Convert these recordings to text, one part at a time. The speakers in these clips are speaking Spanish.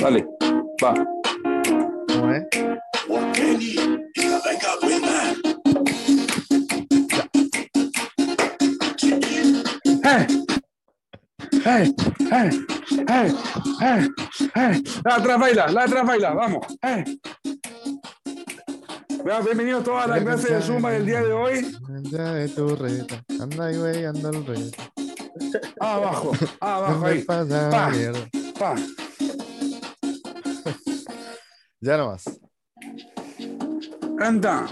Dale, va. ¿Cómo es? ¡Eh! ¡Eh! ¡Eh! ¡Eh! ¡Eh! ¡Eh! La atrás baila, la atrás baila, vamos. ¡Eh! Bueno, Bienvenidos todos a la clase de Zumba del día de hoy. Ya de tu reta. Anda ahí, güey, anda el reto. Abajo, No abajo me Ah, ahí. pasa Pa. mierda. Pa. Ya nomás. Canta.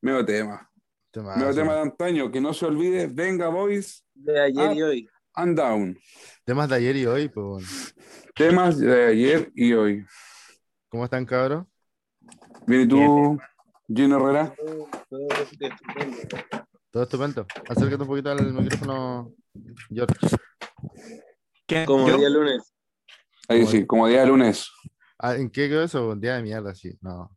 Nuevo tema. Temazo. Nuevo tema de antaño. Que no se olvide. Venga, boys. De ayer Ah. y hoy. And down. Temas de ayer y hoy, pues bueno. Temas de ayer y hoy. ¿Cómo están, cabros? Viene tú, Gino Herrera. Todo- todo eso que estoy viendo. Todo estupendo. Acércate un poquito al micrófono, George. ¿Qué? Como ¿Yo? día lunes. Ahí sí, como día de lunes. Ah, ¿En qué quedó eso? Un día de mierda, sí. No.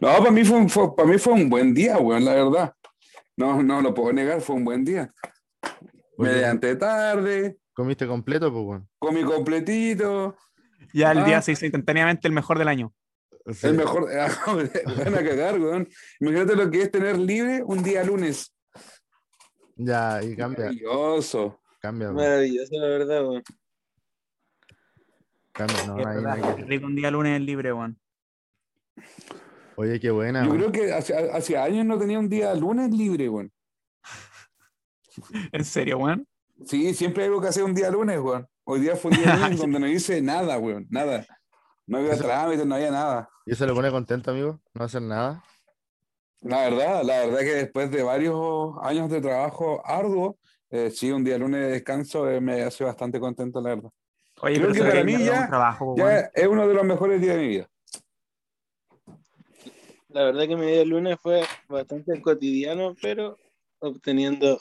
No, para mí fue un, fue- para mí fue un buen día, weón, la verdad. No, no lo puedo negar, fue un buen día. Me Oye. levanté tarde, ¿Comiste completo, pues bueno? comí completito, Ya el Ah. día se hizo instantáneamente el mejor del año. Sí. el mejor. ah, Van a cagar, weón. Imagínate lo que es tener libre un día lunes. Ya, y cambia, Maravilloso. cambia, pues. Maravilloso, la verdad, weón. cambia. No, Qué no hay nada que- rico un día lunes libre, weón. Oye, qué buena. Yo man. creo que hace, hace años no tenía un día lunes libre, weón. En serio, weón. Sí, siempre hay algo que hacer un día lunes, weón. Hoy día fue un día lunes donde no hice nada, weón. Nada. No había Eso- trámites, no había nada. ¿Y eso lo pone contento, amigo? No hacer nada. La verdad, la verdad que después de varios años de trabajo arduo, eh, sí, un día lunes de descanso eh, me hace bastante contento, la verdad. Oye, Creo pero que eso para debería mí ser ya- un Oh, trabajo, Ya weón. es uno de los mejores días de mi vida. La verdad que mi día lunes fue bastante cotidiano, pero obteniendo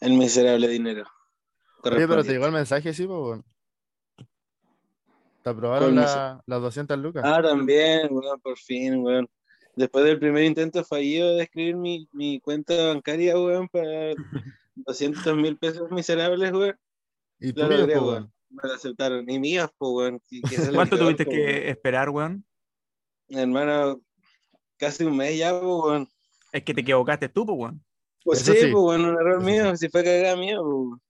el miserable dinero. Oye, pero te correspondiente. llegó el mensaje, sí, pues bueno. ¿Te ¿Cuál aprobaron la- las 200 lucas? Ah, también, weón, por fin, weón. Después del primer intento fallido de escribir mi, mi cuenta bancaria, weón, para 200 mil pesos miserables, weón, y tú, lo logré, pues, weón. me lo aceptaron. Y mías, pues, weón. que- que eso es lo ¿Cuánto peor, tuviste po, que esperar, weón? weón. Hermano, casi un mes ya, po, weón. Es que te equivocaste tú, pues, weón. Pues Eso sí, sí. po, weón, un error Eso mío, si fue cagada mía, pues, po, weón.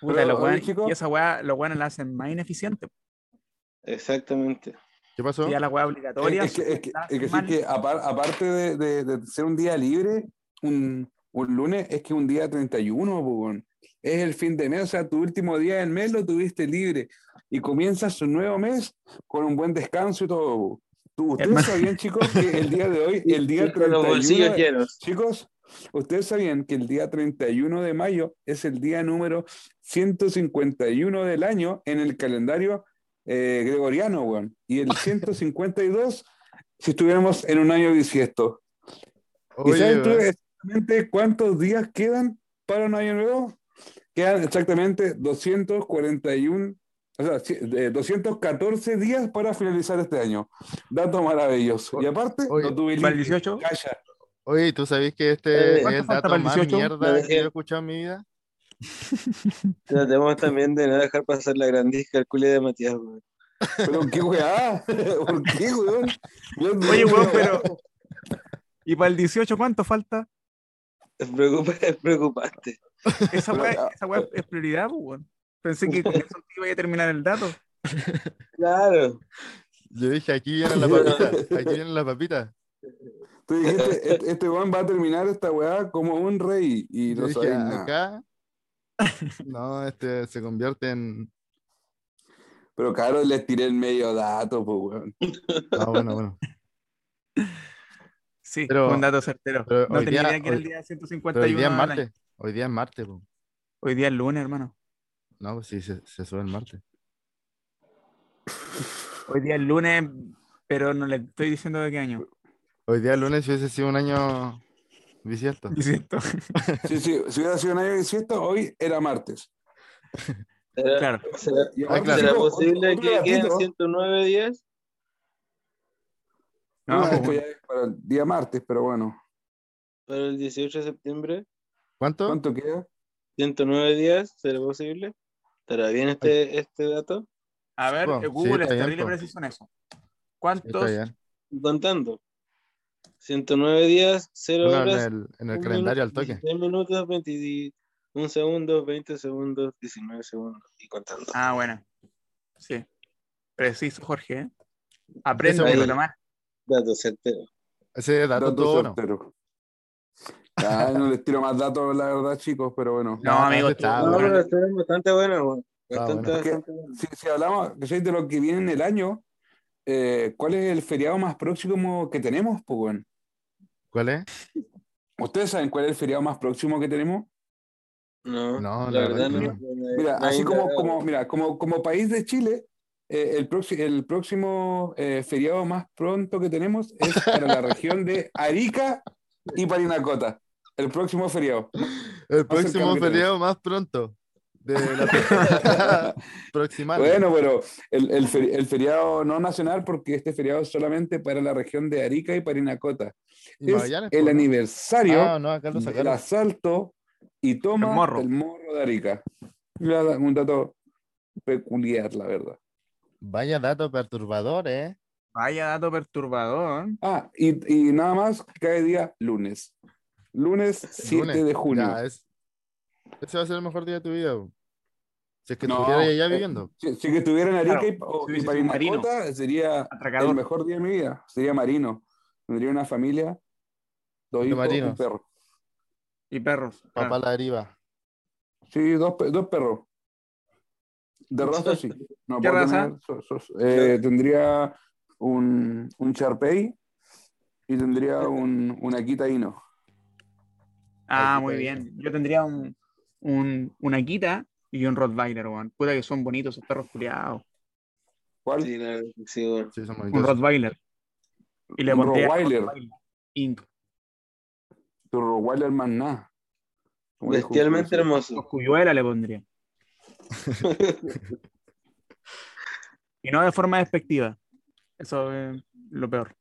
Puta, Pero, los oye, weones- chico. y esa weá, los weones la hacen más ineficiente. pues. Exactamente. ¿Qué pasó? Ya la weá Es, obligatoria. es que, es que- la es que sí, mal. que apar- aparte de, de- de ser un día libre, un, un lunes es que un día 31, po, pues, weón. es el fin de mes, o sea, tu último día del mes lo tuviste libre y comienzas un nuevo mes con un buen descanso y todo. po. ¿Tú, ¿Ustedes Hermano. sabían, chicos, que el día de hoy, el día Con los 31, bolsillos llenos. Chicos, ¿ustedes sabían que el día 31 de mayo es el día número 151 del año en el calendario eh, gregoriano, weón? Y el 152 si estuviéramos en un año bisiesto. ¿Y Oye, saben tú weón. exactamente cuántos días quedan para un año nuevo? Quedan exactamente 241, o sea, ci- eh, 214 días para finalizar este año. Dato maravilloso. Y aparte, Oye, no tuve ¿Para el límite. 18? Calla. Oye, ¿tú sabés que Eh, este es ¿cuánto el dato falta para el más 18? Lo mierda dejé. que yo he escuchado en mi vida? Tratemos también de no dejar pasar la grandísima calculia de Matías, pues. weón. Pero qué weá, ¿por qué, weón? Yo- Oye, weón, yo- pero. ¿Y para el 18 cuánto falta? Es preocupa- es preocupante. Esa weá, esa weá es prioridad, pues, weón. Pensé que con eso te iba a terminar el dato. Claro. Yo dije, aquí viene la papita, aquí viene la papita. Tú dijiste, "Este- este weón va a terminar esta weá como un rey. Y Yo no dije, "Ah, sabéis nada. acá. No, este se convierte en. Pero claro, les tiré el medio dato, pues, weón. Ah, bueno, bueno. Sí, Pero- fue un dato certero. pero No hoy tenía día- idea que era el hoy- día Pero 151. hoy día es del año. martes. Hoy día es martes, po. Hoy día es lunes, hermano. No, pues sí, se, se sube el martes. Hoy día es lunes, pero no le estoy diciendo de qué año. Hoy día lunes hubiese sido un año bisiesto. Y siento- Sí, sí, si hubiera sido un año bisiesto, hoy era martes. ¿Será, Claro. será- Y Ah, claro. será chicos, posible otro que queden datito, 109 días? No, bueno, pues, esto ya es para el día martes, pero bueno. Para el 18 de septiembre, ¿Cuánto? ¿Cuánto queda? 109 días, ¿será posible? ¿Estará bien este, este dato? A ver, Bueno, sí, Google está es bien, terrible po. preciso en eso. Está ¿Cuántos? bien. Contando. 109 días, 0 Bueno, en horas. el, en el un calendario al minuto, toque. 16 minutos, 21 segundos, 20 segundos, 19 segundos. Y contando. Ah, bueno. Sí. Preciso, Jorge. ¿eh? Aprende Eso, a güey. tomar. Dato certero. Ese dato Dato todo bueno. certero. Ah, no les tiro más datos, la verdad, chicos, pero bueno. No, ese amigo, está No, tú- Ah, bueno. pero estuvieron bastante buenos, weón. Ah, Bastante, bueno. bastante buenos. Si, si hablamos ¿cachai? de lo que viene en el año, eh, ¿cuál es el feriado más próximo que tenemos, pues, weón? ¿Cuál es? ¿Ustedes saben cuál es el feriado más próximo que tenemos? No, No, la verdad no. Eh, Mira, Nadie así como, cagaba. como, mira, como, como país de Chile, eh, el, proxi- el próximo eh, feriado más pronto que tenemos es para la región de Arica y Parinacota. El próximo feriado. El cercano próximo que tenemos. feriado más pronto. De la próxima. Bueno, pero el, el feri- el feriado no nacional, porque este feriado es solamente para la región de Arica y Parinacota. Y Es Magallanes, el po, ¿no? aniversario Ah, no, acá lo del sacaron. asalto y toma El morro. del morro de Arica. Mira, Un dato peculiar, la verdad. Vaya dato perturbador, ¿eh? Vaya dato perturbador. Ah, y, y nada más cae día lunes. Lunes 7 Lunes. de junio. Ya, es- Ese va a ser el mejor día de tu vida. po. Si es que No, estuvieras allá eh, viviendo. Si, si que estuviera en Arica Claro, y, o- si y hubiese sido marino. Parinacota, sería el Atracador. mejor día de mi vida. Sería marino. Tendría una familia, dos De hijos, un marinos. perro. Y perros. Papá ah. claro. la deriva. Sí, dos, pe- dos perros. De raza, sí. No, ¿Qué puedo raza? tener- so- so- eh, tendría un, un Sharpei y tendría un, un Akita Inu. Ah, Aquí muy está bien. Yo tendría un, un, una Akita y un Rottweiler, weón. Puta que son bonitos esos perros culiados. ¿Cuál? Sí, la verdad que sí, weón. Sí, son Un bonitos. Rottweiler. Y le Un pondría Rottweiler. Inc. Tu Rottweiler más nada. Como dijo Bestialmente Cruz. hermoso. Cosculluela le pondría. y no de forma despectiva. Eso es lo peor.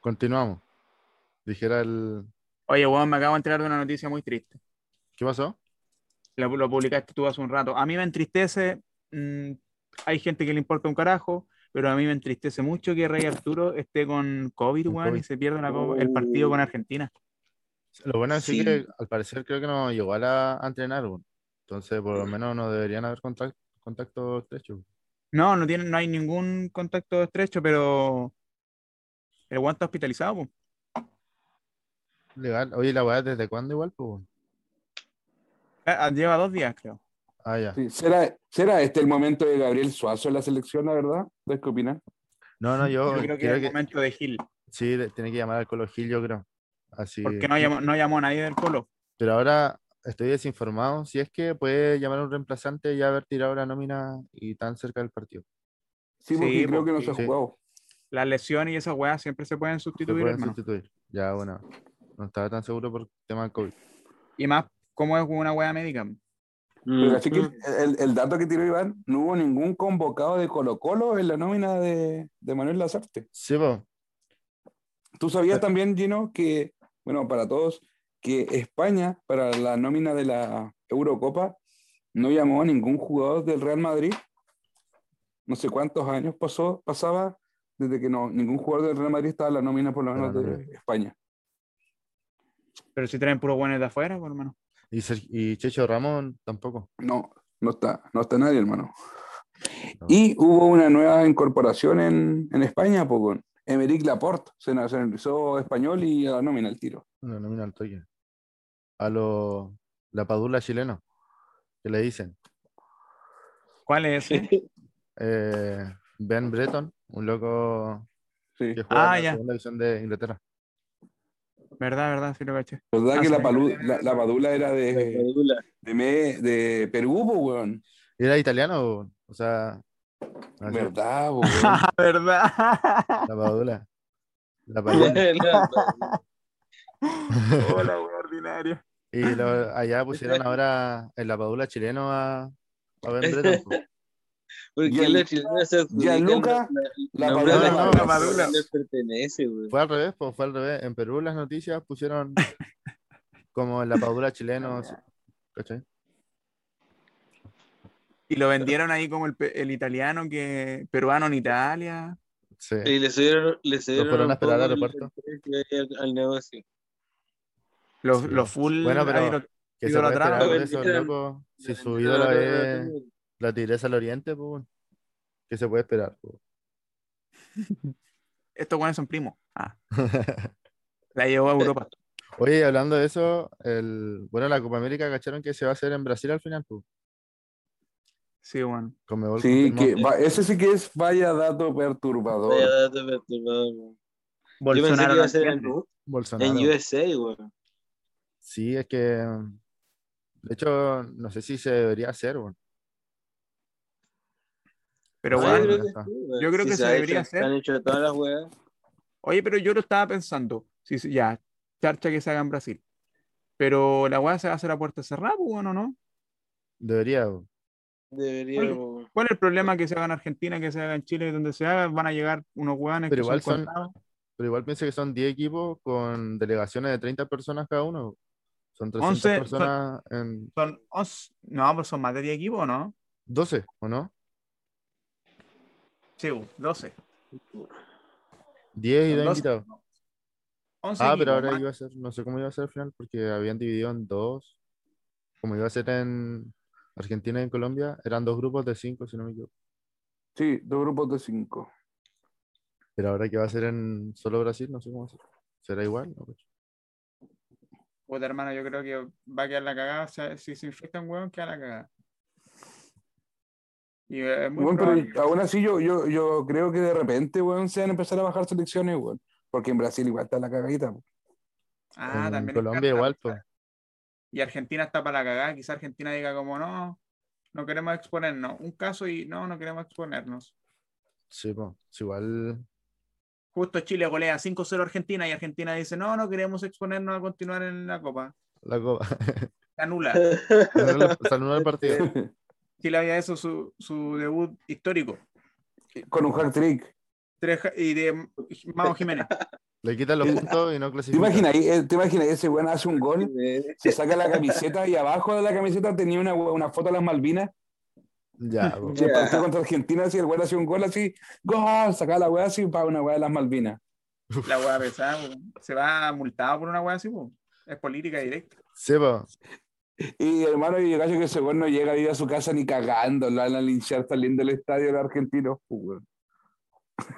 Continuamos. Dijera el. Oye, weón, me acabo de enterar de una noticia muy triste. ¿Qué pasó? La- lo publicaste tú hace un rato. A mí me entristece. mm, hay gente que le importa un carajo, pero a mí me entristece mucho que Rey Arturo esté con COVID, Con weón, y COVID. se pierda la co- el partido con Argentina. Lo bueno es Sí. que al parecer creo que no llegó a, la- a entrenar. po. Entonces, por lo menos no deberían haber contacto, contacto estrecho. No, no, tiene, no hay ningún contacto estrecho, pero el weón está hospitalizado. po. Legal. Oye, la weá, ¿desde cuándo igual? po? Ah, Lleva dos días, creo. Ah, ya. Sí, ¿Será, ¿Será este el momento de Gabriel Suazo en la selección, la verdad? ¿Ustedes qué opinan? No, no, yo, Yo creo que creo era el que- momento de Gil, sí, le- tiene que llamar al Colo Gil, yo creo. Así. porque no llamó, no llamó a nadie del colo. Pero ahora estoy desinformado. Si es que puede llamar a un reemplazante y haber tirado la nómina y tan cerca del partido. Sí, Sí, porque creo que no porque- se ha Sí. jugado. Las lesiones y esas weas siempre se pueden Se sustituir, pueden hermano. sustituir. Ya, bueno. No estaba tan seguro por tema del COVID. Y más, como es una wea médica. Pero Mm. así que el, el dato que tiró Iván, no hubo ningún convocado de Colo Colo en la nómina de, de Manuel Lazarte. Sí, po. ¿Tú sabías también, Gino, que, bueno, para todos, que España, para la nómina de la Eurocopa, no llamó a ningún jugador del Real Madrid? No sé cuántos años pasó, pasaba desde que no, ningún jugador del Real Madrid estaba en la nómina por lo menos Real de Madrid. España. Pero si traen puros buenos de afuera, por hermano. Y, Ser- y Checho Ramón tampoco. No, no está, no está nadie, hermano. No. Y hubo una nueva incorporación en, en España, pues, con Emeric Laporte, se nacionalizó español y a la nómina el tiro. Una nómina al toque. A lo. La padula chileno. Que le dicen. ¿Cuál es ese? Eh, ben Breton, un loco Sí. que juega Ah, en la ya. segunda división de Inglaterra. ¿Verdad, verdad? Sí lo caché. ¿Verdad Ah, que sí. la, palu- la, la padula era La de, cédula. de, me- de Perú, po, weón? Era italiano, o sea. Ah, así, ¿Verdad, po, weón? Ah, ¿Verdad? La padula. La padula. La- Oh, Hola, wea ordinaria. Y lo- allá pusieron ahora en la padula chileno a, a Ben Breton. po. Porque Gian- los chilenos se adjudican Gianluca, la, la nombre de Padula. la La Padula. Padula les pertenece, güey. Fue al revés, po, fue al revés. En Perú las noticias pusieron como en la padula chileno. ¿cachai? Y lo vendieron ahí como el, pe- el italiano que peruano en Italia. Sí. Y le subieron, le subieron fueron a un esperar al poco el- aeropuerto? el precio ahí al, al negocio. Los, Sí. los full. Bueno, pero- ahí lo- Que se ídolo puede atrás, esperar de güey. esos Vendieron- locos, Si su Vendieron ídolo a la- es la tigresa al oriente, pues. Que se puede esperar. pues? po? estos buenos son primos. Ah, la llevó Eh, a Europa. Oye, y hablando de eso, el, bueno, la Copa América cacharon que se va a hacer en Brasil al final, pues. Sí, bueno. Conmebol Sí, confirmó. que va- ese sí que es vaya dato perturbador. Vaya dato perturbador, weón. Yo pensé que Bolsonaro iba no a ser en, entiende. Bolsonaro. en USA, weón. Sí, es que. mm, De hecho, no sé si se debería hacer, bueno. Pero Sí, Ah, bueno, yo ya creo que está. sí, weón. Yo creo Si que se ha debería hecho- hacer. Han hecho todas las weas. Oye, pero yo lo estaba pensando. Sí, sí, ya, charcha que se haga en Brasil. Pero la weá se va a hacer a puerta cerrada, pues, bueno, ¿no? Debería, po. Debería, Oye. weón. ¿Cuál es el problema que se haga en Argentina, que se haga en Chile, donde se haga? Van a llegar unos weones Pero que igual son- contados. Pero igual piensa que son 10 equipos con delegaciones de 30 personas cada uno. Son 300 Once, son- personas en Son 11 no, pues son más de 10 equipos, ¿no? 12, ¿o no? Sí, bu, 12. 10 y Son 2 12. invitados. 11 Ah, equipos, pero ahora más. iba a ser, no sé cómo iba a ser al final, porque habían dividido en dos. Como iba a ser en Argentina y en Colombia, eran dos grupos de cinco, si no me equivoco. Sí, dos grupos de cinco. Pero ahora que va a ser en solo Brasil, no sé cómo va a ser. ¿Será igual? No, pues. Puta hermano, yo creo que va a quedar la cagada. o sea, si se infecta un weón, queda la cagada. Y eh, es muy Bueno, probable. pero aún así yo, yo, yo creo que de repente, weón, se van a empezar a bajar selecciones, weón. Porque en Brasil igual está la cagadita. po. Ah, en también Colombia descarta, igual, o pues. sea, Y Argentina está para la cagada. Quizá Argentina diga como no, no queremos exponernos. Un caso y no, no queremos exponernos. Sí, pues. sí, igual. Justo Chile golea 5-0 a Argentina y Argentina dice no, no queremos exponernos a continuar en la copa. La copa. Se anula. Se anula- se anula el partido. Chile había eso su, su debut histórico. Con un hack trick. Tres ja- y de Mao Jiménez. Le quitan los puntos y no ¿Te clasifican. imaginas? ahí, eh, ¿Te imaginas? Ese weón hace un gol, se saca la camiseta y abajo de la camiseta tenía una, una foto de las Malvinas. Ya, po. Y el partido contra Argentina, así el weón hacía un gol así, gol, sacaba la weá así para una weá de las Malvinas. La hueá pesada, po. se va multado por una hueá así, po. es política directa. Sí, po. Y hermano, yo gallo que ese weón no llega a ir a su casa ni cagando, lo van a linchar saliendo del estadio de los argentinos. po, weón.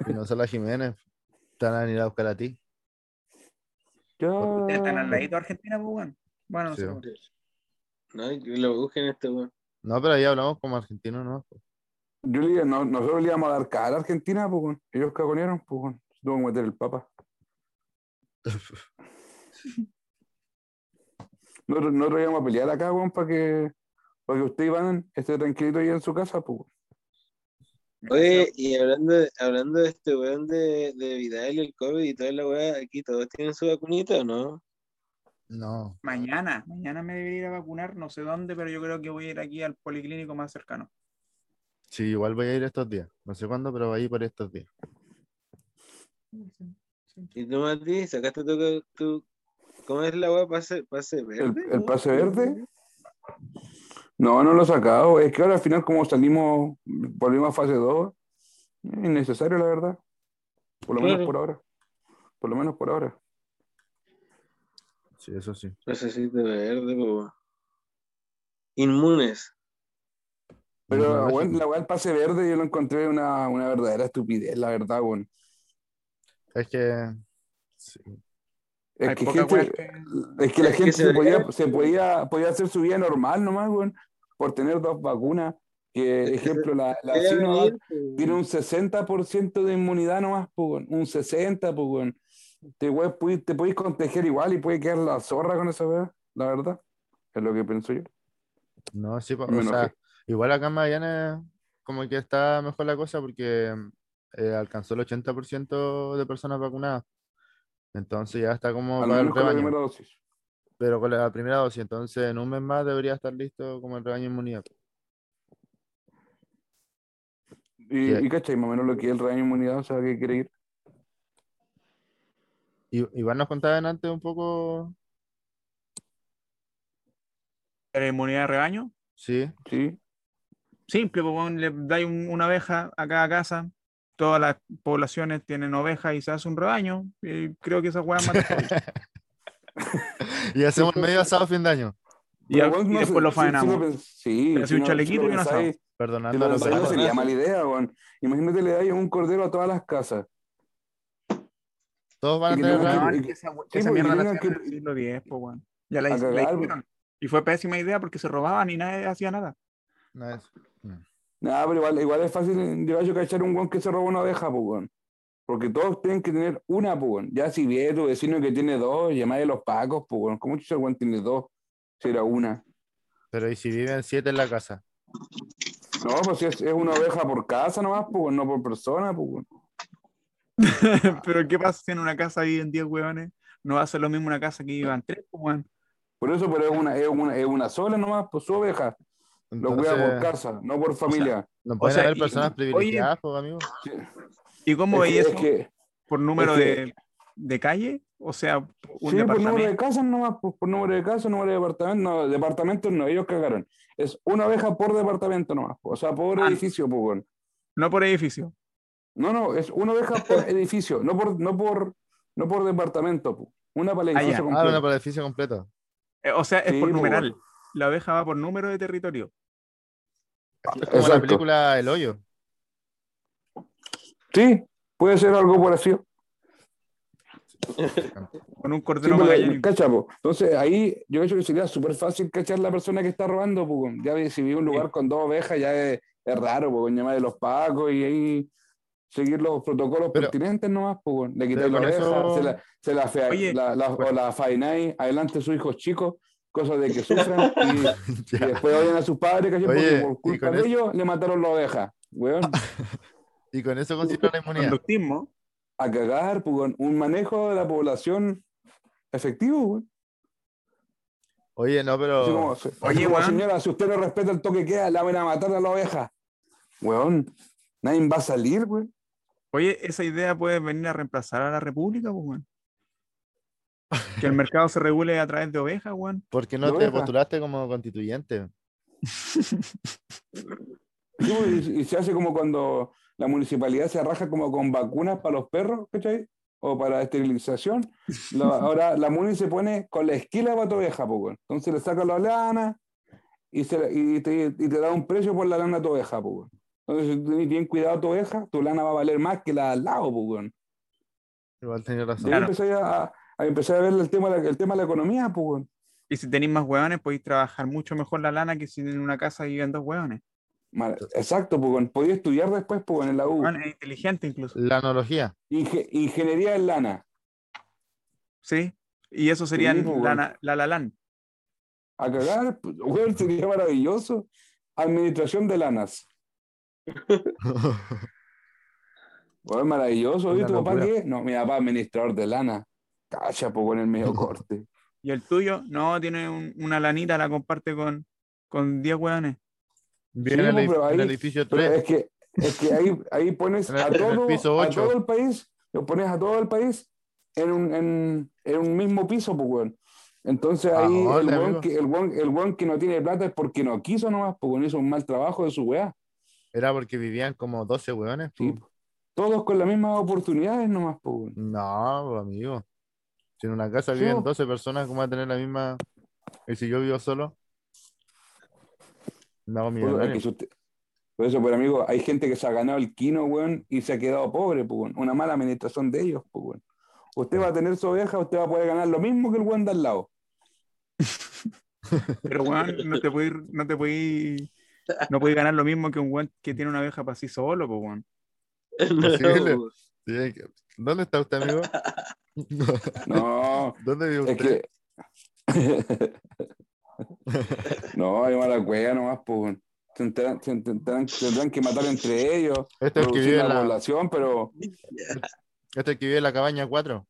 Y no solo a Jiménez. Te van a venir a buscar a ti. Yo- Ustedes están al ladito de Argentina, pues bueno. Bueno, no Sí, sé, po. po. No, y que lo busquen este weón. No, pero ahí hablamos como argentinos, ¿no? Yo le dije, no, nosotros le íbamos a dar cara a Argentina, pues, weón. ellos cagonearon, pues, weón. Se tuvo que meter el Papa. Nosotros, nosotros íbamos a pelear acá, weón, para que, para que ustedes Iván esté tranquilito ahí en su casa, pues. weón. Oye, y hablando de, hablando de este weón de, de Vidal y el COVID y toda la weá, aquí todos tienen su vacunita, ¿o ¿no? No. Mañana, mañana me debería ir a vacunar, no sé dónde, pero yo creo que voy a ir aquí al policlínico más cercano. Sí, igual voy a ir estos días. No sé cuándo, pero voy a ir por estos días. Y tú, Mati, sacaste tu. tu ¿Cómo es la weá? Pase, pase verde. El, el ¿no? pase verde. No, no lo he sacado. Es que ahora al final, como salimos, volvimos a fase 2, innecesario, la verdad. Por lo menos Claro. por ahora. Por lo menos por ahora. Sí, eso sí. Necesito verde, po. weón. Inmunes. Pero Lógico. weón, la weá del pase verde yo lo encontré una, una verdadera estupidez, la verdad, weón. Es que. sí. Es Hay que, poca gente- weá que- es que la Es que gente se se, podía, debería- se podía, podía hacer su vida normal nomás, weón, por tener dos vacunas. Que, Es que se- ejemplo, la, la Debe Sinovac venir, po, weón. tiene un 60% de inmunidad nomás, pues, weón. un 60, pues, weón. Te, weón, pudi- te podís contagiar igual y puede quedar la zorra con esa weá, la verdad. Es lo que pienso yo. No, sí, po, Me o sea, enojé. igual acá en Magallanes como que está mejor la cosa porque eh, alcanzó el 80% de personas vacunadas. Entonces ya está como Al para el menos con la rebaño, primera dosis. pero con la primera dosis, entonces en un mes más debería estar listo como el rebaño inmunidad. Y, Ya. y cachai, más o menos lo que es el rebaño de inmunidad, o sea, que quiere ir. Y, igual nos contaban antes un poco, ¿La inmunidad de rebaño? sí, Sí. simple, pues, weón, le dais un- una oveja a cada casa, todas las poblaciones tienen ovejas y se hace un rebaño, y creo que esa weá mata COVID. Y hacemos el medio asado a fin de año. Y, Pero, al- weón, y no sé, después lo si- si faenamos. lo pens- Sí, Pero si si un no- chalequito si lo y un asado. pensáis, si Perdonando lo a los pensáis, asado. sería sajones. mala idea, weón. Imagínate le dais un cordero a todas las casas. Todos van a y que tener no- rabia. No, y- es que esa, sí, esa pues, mierda y la digan hacían en que- el siglo X, po, weón. Ya la, A hic- la cagar, hicieron. Y fue pésima idea porque se robaban y nadie hacía nada. No es- Nah, pero igual, igual es fácil yo a cachar un weón que se robó una oveja, pues, weón. Porque todos tienen que tener una, pues, weón. Ya si viene tu vecino que tiene dos, llamáis a los pacos, pues, weón. ¿Cómo chucha el weón tiene dos? Si era una. Pero ¿y si viven siete en la casa? No, pues si es, es una oveja por casa nomás, pues, weón, no por persona, pues, weón. Ah. Pero ¿qué pasa si en una casa viven 10 weones? No va a ser lo mismo una casa que vivan 3, weón. Por eso, pero es una, es una, es una sola nomás, pues, su oveja. Los Entonces, wea por casa, no por familia. no pueden sea, haber y- personas oye, privilegiadas, pues, amigo. ¿Y cómo es, que- veis es eso? que, ¿Por número es que- de, de calle? O sea, un sí, por departamento. número de casas nomás, pues, por número de casas, número de departamentos, no, departamentos no, ellos cagaron. Es una oveja por departamento nomás, pues, o sea, por Ah. edificio, pues, weón. No por edificio. No, no, es una oveja por edificio, no por, no por, no por departamento. pu. Una para el Ah, ya. edificio Ah, completo. una para el edificio completo. Eh, O sea, es Sí, pues, por po, numeral. weón. La oveja va por número de territorio. Es como la Exacto. película El Hoyo. Sí, puede ser algo por así. Con un Sí, pues, cordero pero, magallánico. cacha, pu. Entonces ahí yo creo que sería súper fácil cachar la persona que está robando. pu. Ya vi- si vive un lugar con dos ovejas ya es, es raro, pu, con llamar de los pacos y ahí seguir los protocolos Pero- pertinentes nomás. pu. Le quitáis pero la con oveja, eso- se la, se la, fea- Oye, la- la- o la faenáis, adelante sus hijos chicos, cosas de que sufran y... Y Ya. después oyen a sus padres, ¿cachai? Oye, Porque y por culpa con de eso- ellos le mataron la oveja. Weón, Y con eso considero la inmunidad. Conductismo. a cagar, pues, weón. un manejo de la población efectivo, weón. Oh. Oye, no, Así pero. como, así Oye, como, weón. señora, si usted no respeta el toque que queda, la van a matar a la oveja. Weón, nadie va a salir, weón. Oye, esa idea puede venir a reemplazar a la república, po, weón. Que el mercado se regule a través de ovejas, weón. ¿Por qué no No te deja. postulaste como constituyente? Sí, weón, Y, y se hace como cuando la municipalidad se raja como con vacunas para los perros, ¿cachai? O para esterilización. La- ahora la muni se pone con la esquila de tu oveja, pues, weón. Entonces le saca la lana y, se la- y te, y te da un precio por la lana de tu oveja, pues, weón. Entonces, si tú tenés bien cuidado tu oveja, tu lana va a valer más que la al lado, pues, weón. Igual tenía Y razón. ahí Claro. empecé a, a empezar a ver el tema, de la- el tema de la economía, pues, weón. Y si tenéis más hueones, podéis trabajar mucho mejor la lana que si en una casa viven dos hueones. Mal- Exacto, pues, weón. Podía estudiar después, pues, weón, en la U. Hueón, es inteligente incluso. La analogía. Inge- ingeniería en lana. Sí. Y eso sería Sí, pues, la, la la lan. A cagar, pues, weón, sería maravilloso. Administración de lanas. Weón, maravilloso. ¿Y Una tu papá locura. qué? No, mi papá administrador de lana. Cacha, pues, con el medio corte. Y el tuyo, no, tiene un- una lanita, la comparte con, con 10 hueones. Viene Sí, en, el, pues, pero en el ahí- edificio Pero 3. es que, es que ahí, ahí pones En el- a en el todo, piso a ocho. todo el país, lo pones a todo el país en un, en, en un mismo piso, pues, weón. Entonces ¿A ahí el dónde, weón, amigo? que, el, weón, el weón que no tiene plata es porque no quiso nomás, porque hizo un mal trabajo de su weá. Era porque vivían como 12 hueones. Sí, pues. Todos con las mismas oportunidades nomás, pues, weón. No, pues, amigo. Si en una casa Sí, viven pues. 12 personas, ¿cómo va a tener la misma? Y si yo vivo solo, me hago Por, millonario. eso, usted- por eso, pero amigo, hay gente que se ha ganado el quino, weón, y se ha quedado pobre, pues, weón. Una mala administración de ellos, pues, weón. Usted va a tener su oveja, usted va a poder ganar lo mismo que el weón de al lado. Pero hueón, no te podéis, no te podéis, no podéis ganar lo mismo que un hueón que tiene una abeja para sí solo, pues hueón. Imposible. pues, Sí, hay que- ¿Dónde está usted, amigo? No, ¿Dónde vive Es usted? que. no, yo me la cueva nomás, pues. weón. Tendrán, se tendrán- tendrán que matar entre ellos, Este es el que reducir vive la, en la, población, pero este es el que vive en la cabaña 4.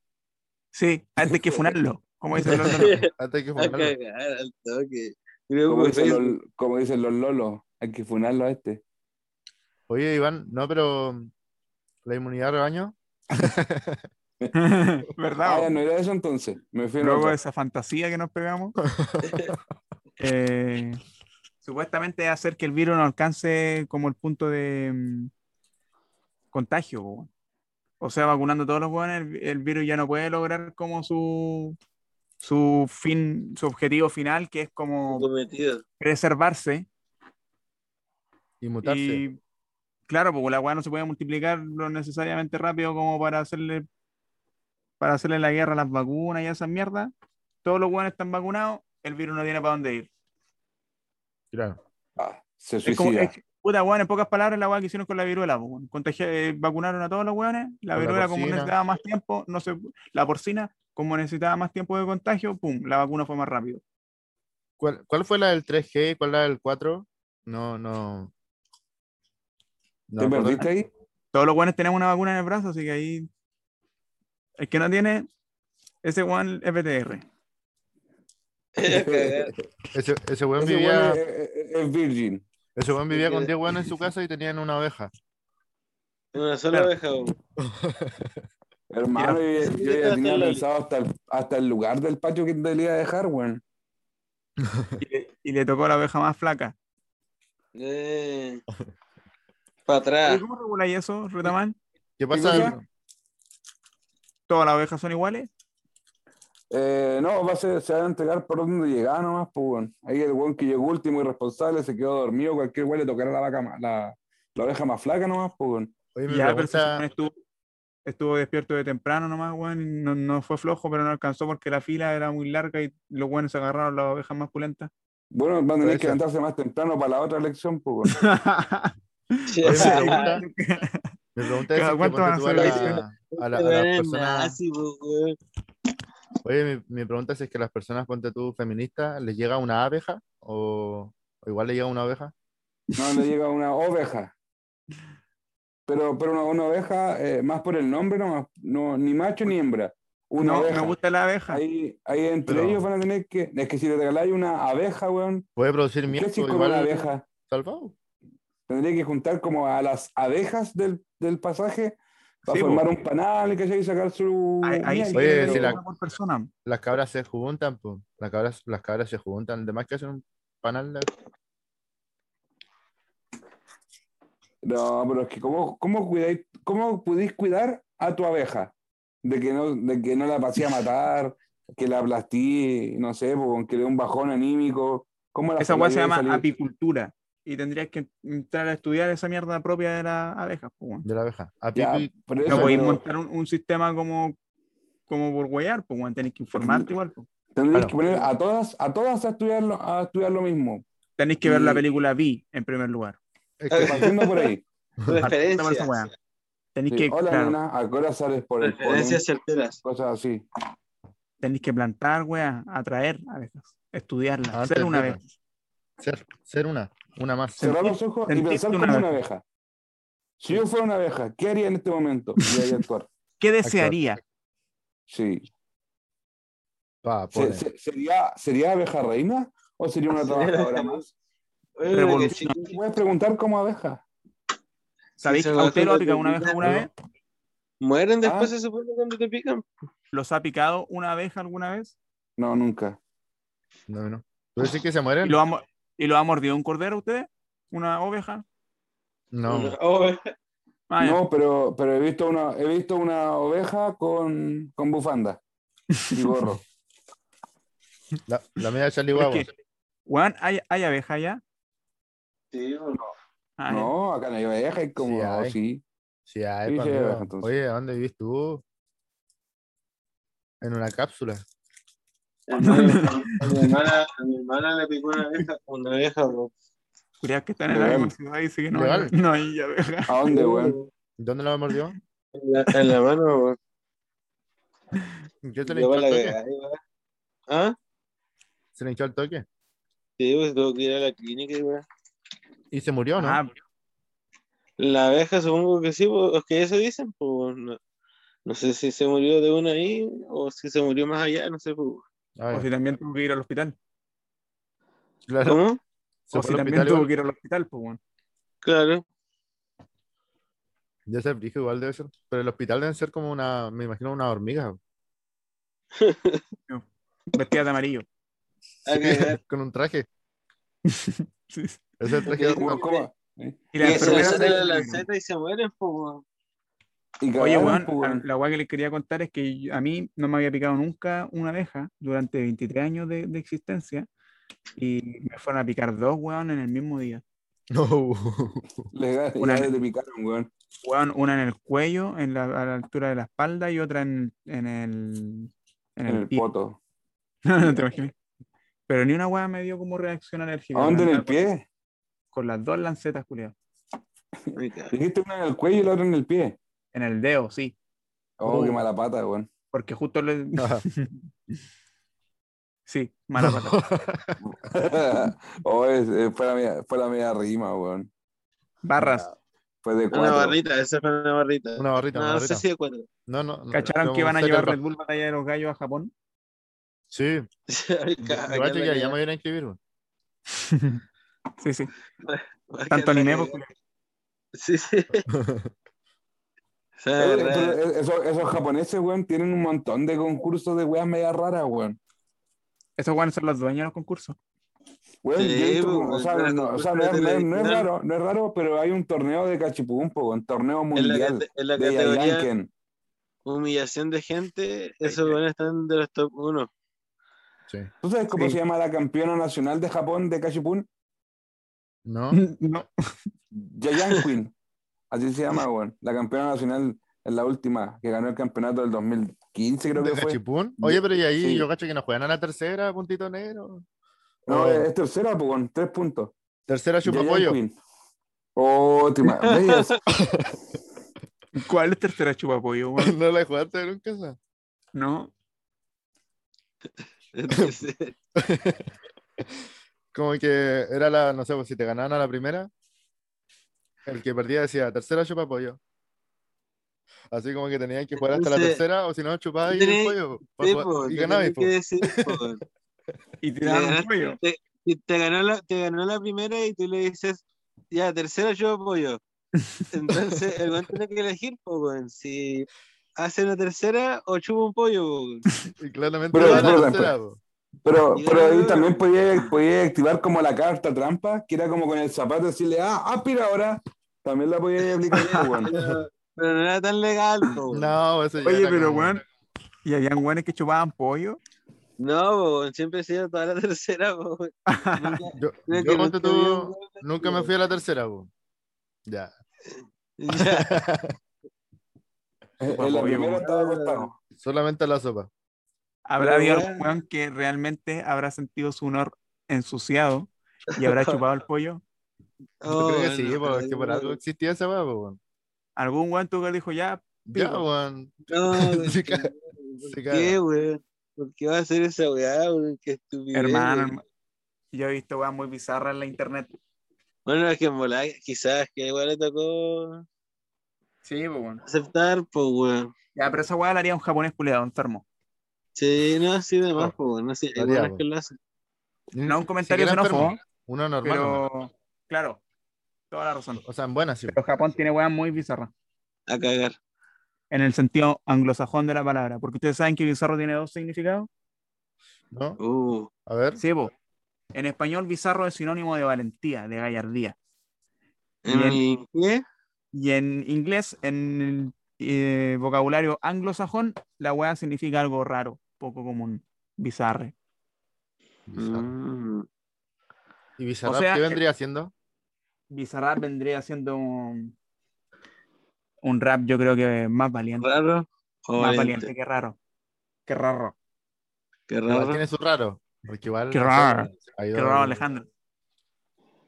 Sí, antes que funarlo, como dice el otro. Antes que A funarlo. cagar al toque. Creo como que dicen, Facebook. los, como dicen los lolos, hay que funarlo a este. Oye, Iván, no, pero mm, la inmunidad de rebaño. Ah, ya ¿Verdad? no era eso entonces. Me fui a la Luego otra. de esa fantasía que nos pegamos. Eh, Supuestamente es hacer que el virus no alcance como el punto de mm, contagio. weón. O sea, vacunando a todos los hueones, el, el virus ya no puede lograr como su, su fin, su objetivo final, que es como Comprometido. preservarse. Y mutarse. Y claro, porque la weá no se puede multiplicar lo necesariamente rápido como para hacerle para hacerle la guerra a las vacunas y a esas mierdas. Todos los weones están vacunados, el virus no tiene para dónde ir. Claro. Ah, se Es como, suicida. es- puta weón, en pocas palabras, la weá que hicieron con la viruela, po, weón. Contagia- eh, vacunaron a todos los weones, la Con la viruela como porcina. necesitaba más tiempo, no se, la porcina como necesitaba más tiempo de contagio, pum, la vacuna fue más rápido. ¿Cuál, cuál fue la del 3G y cuál la del 4? No, no. No ¿Te me acuerdo. perdiste ahí? Todos los weones tenemos una vacuna en el brazo, así que ahí el que no tiene, ese weón es BTR. Cagar. Ese, ese weón Ese vivía, weón es- es- es virgin. ese weón vivía con tiene- 10 weones en su casa y tenían una oveja. Una sola Claro. oveja, weón. Hermano, yo, ya- yo ya tenía Hacerlo. pensado hasta el, hasta el lugar del patio que debía dejar, weón. Y le, y le tocó la oveja más flaca. Eh. Para Oye, Ah. atrás. ¿Cómo reguláis eso, Retaman? ¿Qué pasa? cosa? ¿Todas las ovejas son iguales? Eh, no, va a ser, se va a entregar por donde llegaba nomás, pues, weón. Ahí el weón que llegó último irresponsable se quedó dormido, cualquier weón le tocará la vaca más- la, la oreja más flaca nomás, pues, weón. Oye, me Ya, pero se pregunta- supone estuvo, estuvo despierto de temprano nomás, weón. y No, no fue flojo, pero no alcanzó porque la fila era muy larga y los weones se agarraron las ovejas más pulentas. Bueno, van a tener Puede que ser. levantarse más temprano para la otra elección, pues, weón. Oye, me sea, pregunta- me pregunta ¿cada si es que cuánto van ponte a tú a hacer la- a la- a las Eres personas- nazi, po, weón. Oye, mi, mi pregunta es si es que las personas, ponte tú, feministas, ¿les llega una abeja? ¿O, o igual le llega una oveja? No, le llega una oveja. Pero, pero una, una oveja, eh, más por el nombre, no, no, ni macho ni hembra. Una no, oveja. me gusta la abeja. Ahí, ahí entre Pero- ellos van a tener que. Es que si le regaláis una abeja, weón, ¿Puede producir miel? ¿qué si o con igual una abeja? salvado? Tendría que juntar como a las abejas del, del pasaje para Sí, po. formar un panal ¿cachai? y sacar su. Ahí, ahí miel, sí Oye, que pero- si la- una por persona. Las cabras se juntan, po. Las cabras, las cabras se juntan. Además que hacen un panal de- No, pero es que ¿cómo, cómo, cuidáis, ¿cómo pudís cuidar a tu abeja? De que no, de que no la pasé a matar, que la aplastí, no sé, po, con que le dé un bajón anímico. ¿Cómo la Esa weá sacáis se de llama salir? apicultura. Y tendrías que entrar a estudiar esa mierda propia de las abejas, po, weón. de la abeja. A Ya, pico y- pero No eso, podéis pero montar un, un sistema como, como por huear, pues weón, tenéis que informarte igual. pues. po. tendríais Claro. que poner a todas, a todas a estudiar lo, a estudiar lo mismo. Tenéis que ver Y- la película Vi en primer lugar. es que- Partiendo por ahí. Partamos esa Referencias. weá. Tenéis Sí, que, Hola, claro, nena, ¿a qué hora sales por el polen? Referencias certeras. Cosas así. tenéis que plantar, weá, atraer abejas, estudiarlas, Antes ser una de- abeja. ser, ser una, una más. Ser- Cerrar los ojos y sentirte pensar una como una abeja. Si yo fuera una abeja, ¿qué haría en este momento? Y ahí actuar. ¿Qué desearía? Sí. Pa, Se- pone. se- sería, ¿Sería abeja reina o sería una trabajadora más? Oye, que Revolución. chiqui- Puedes preguntar como abeja. ¿Sabéis Sí, que se va a usted lo ha haciendo picado una abeja pequeña, alguna ¿no? vez? Mueren después, Ah. se supone, cuando te pican. ¿Los ha picado una abeja alguna vez? No, nunca. No, no. ¿Tú decís que se ¿Y mueren? lo ha, mo- y lo ha mordido un cordero usted? ¿Una oveja? No. Oh, eh. Ah, ya. No, pero, pero he visto una, he visto una oveja con, con bufanda y gorro. La, la media Charlie Pero es Guagua. que, weón, ¿hay, hay abeja allá? Sí, bueno. Ah, ya. No, acá no hay oveja, es como Sí hay. sí. Sí, ay, Sí, pa, sí, amigo. abeja, entonces. Oye, ¿a dónde vivís tú? En una cápsula. A mi hermana, a mi hermana le picó una abeja, una abeja, bro. Curioso que están en la Legal. misma ciudad y sí que no, Legal. no hay abeja. ¿A dónde, weón? ¿Dónde la mordió? En la, en la mano, bro. ¿Qué se le Yo hinchó me al la toque? cagué, bro. ¿Ah? Se le hinchó al toque. Sí, pues tengo que ir a la clínica, bro. Y se murió, ¿no? Ah, La abeja supongo que sí, pues, es que eso dicen, pues no, no sé si se murió de una ahí o si se murió más allá, no sé. Pues. Ah, o si también tuvo que ir al hospital. claro. ¿Cómo? Se o fue si al también hospital tuvo igual. que ir al hospital, pues weón. Claro. Ya se brígido igual debe ser. Pero el hospital deben ser como una, me imagino, una hormiga. Vestida de amarillo. A cagar. Con un traje. Esa es la Porque- tragedia. Como- como- Y Y la se enfermera lanzan se- a la lanceta y se mueren, pues, po, weón. y Oye, cagaron, weón, pues, weón. la weá que les quería contar es que yo- a mí no me había picado nunca una abeja durante 23 años de, de existencia y me fueron a picar dos weón en el mismo día. No. Le- ah, Una- ya le picaron, weón. Weón, una en el cuello, en la, a la altura de la espalda y otra en, en el, En en el el pie. poto. No, no te imaginas. Pero ni una weá me dio como reacción alérgica. ¿A Ah, dónde en weón. el pie? Con las dos lancetas, culiado. Me cago. Dijiste una en el cuello y la otra en el pie. En el dedo, sí. Oh, Oh. qué mala pata, weón. Porque justo le... Ajá. Sí, mala pata. oh, es- eh, fue, la media, fue la media rima, weón. Barras. Fue de Una cuatro. barrita, esa fue una barrita. Una barrita, no, una no barrita. sé si de cuatro. No, no, no, ¿Cacharon que como van a seca llevar el Red ra- Bull Batalla de los Gallos a Japón? Sí, yo Ah, Acá cacho que la- ya me iban a inscribir. weón. sí, sí. acá Tanto la- anime, pues, culiao. Sí, sí. Esa Oye, verdad. pero e- esos, esos japoneses, weón, tienen un montón de concursos de weas media raras, weón. esos weones son los dueños de los concursos. Weón, yo he Sí, visto pues, como- o weón, sea, los no, o sea, no concursos es, no es- de no es televisión. raro, no es raro, pero hay un torneo de cachipumpo, un torneo En la, mundial cate- en la de categoría Yayanken. humillación de gente, esos buenos están de los top 1. Sí. ¿Tú sabes cómo Sí. se llama la campeona nacional de Japón de cachipún? No. No. Yayan Queen. Así se llama, weón. La campeona nacional es la última, que ganó el campeonato del 2015, creo ¿De que fue. Cachipún? Oye, pero y ahí Sí. yo cacho que nos juegan a la tercera, puntito negro. No, Oh. es tercera, pues, con tres puntos. Tercera chupa Yayan pollo. Queen. Oh, te ima- ¿Ves? ¿Cuál es tercera chupapollo, weón? ¿No la jugaste nunca esa? No. Entonces, Como que era la, no sé, pues si te ganaban a la primera, el que perdía decía, tercera chupa pollo. Así como que tenían que jugar hasta la Entonces, tercera, o si no, chupabas ahí un tenés- pollo. pa sí, jugar- po, y te ganabas, tenés po. que decir, po. Y te Le dan un ganaste- pollo. te, y te ganó la, te ganó la primera y tú le dices, ya, tercera yo apoyo. Entonces, el weón tiene que elegir, po, weón, si hace una tercera o chupa un pollo. po, weón. Y claramente Pero, pues. era la pero, tercera, po. Pero, Ya. pero ahí también podía, podía activar como la carta trampa, que era como con el zapato decirle, ah, aspira ahora. También la podía aplicar, pues, weón. Pero, pero no era tan legal, po, weón. No, eso ya Oye, era pero como- weón. Y habían weones que chupaban pollo. No, po, weón, siempre he sido toda la tercera. po, weón. Nunca- Yo, yo creo que ponte nunca vi un tú, weón nunca me fui a la tercera, po. Ya. Ya, Eh, En la primera estaba acostado. Solamente a la sopa. Pero, Habrá habido weón. algún weón que realmente habrá sentido su honor ensuciado y habrá chupado el pollo. Yo creo que oh, sí, no, po, es que por algo existía esa weá, po, weón. Algún weón tuvo que dijo, ya, Ya, Pico. weón. No, weón, Se ¿por caga, se ¿Por caga. qué, weón? ¿Por qué va a hacer esa weá, weón? Qué estupidez. hermano, weón. herma- yo he visto weas muy bizarras en la internet. Bueno, es que en volada, quizás que igual le tocó Sí, pues bueno. aceptar, pues, weón. Ya, pero esa weá la haría un japonés culiado, enfermo. Sí, no, sí, de más, pues, weón. No sé, hay Varía, buenas weón. que lo hacen. No un Ni comentario siquiera xenófobo, enfermo, Uno normal. pero nomás. claro, toda la razón. O sea, en buena, sí. Pero Japón tiene weas muy bizarras. A cagar. En el sentido anglosajón de la palabra. Porque ustedes saben que bizarro tiene dos significados. ¿no? Uh, A ver. Sí, po. En español, bizarro es sinónimo de valentía, de gallardía. ¿En el qué? Y en inglés, en el eh, vocabulario anglosajón, la wea significa algo raro, poco común, bizarre. Bizarro. Mm. ¿Y Bizarrap O sea, qué vendría haciendo? Bizarrap vendría siendo un, un rap, yo creo que más valiente. ¿Raro? O más valiente. valiente, que raro. Qué raro. Qué Igual raro. tiene su raro. Porque igual. Qué no sé, raro. ha ido Qué raro, Alejandro.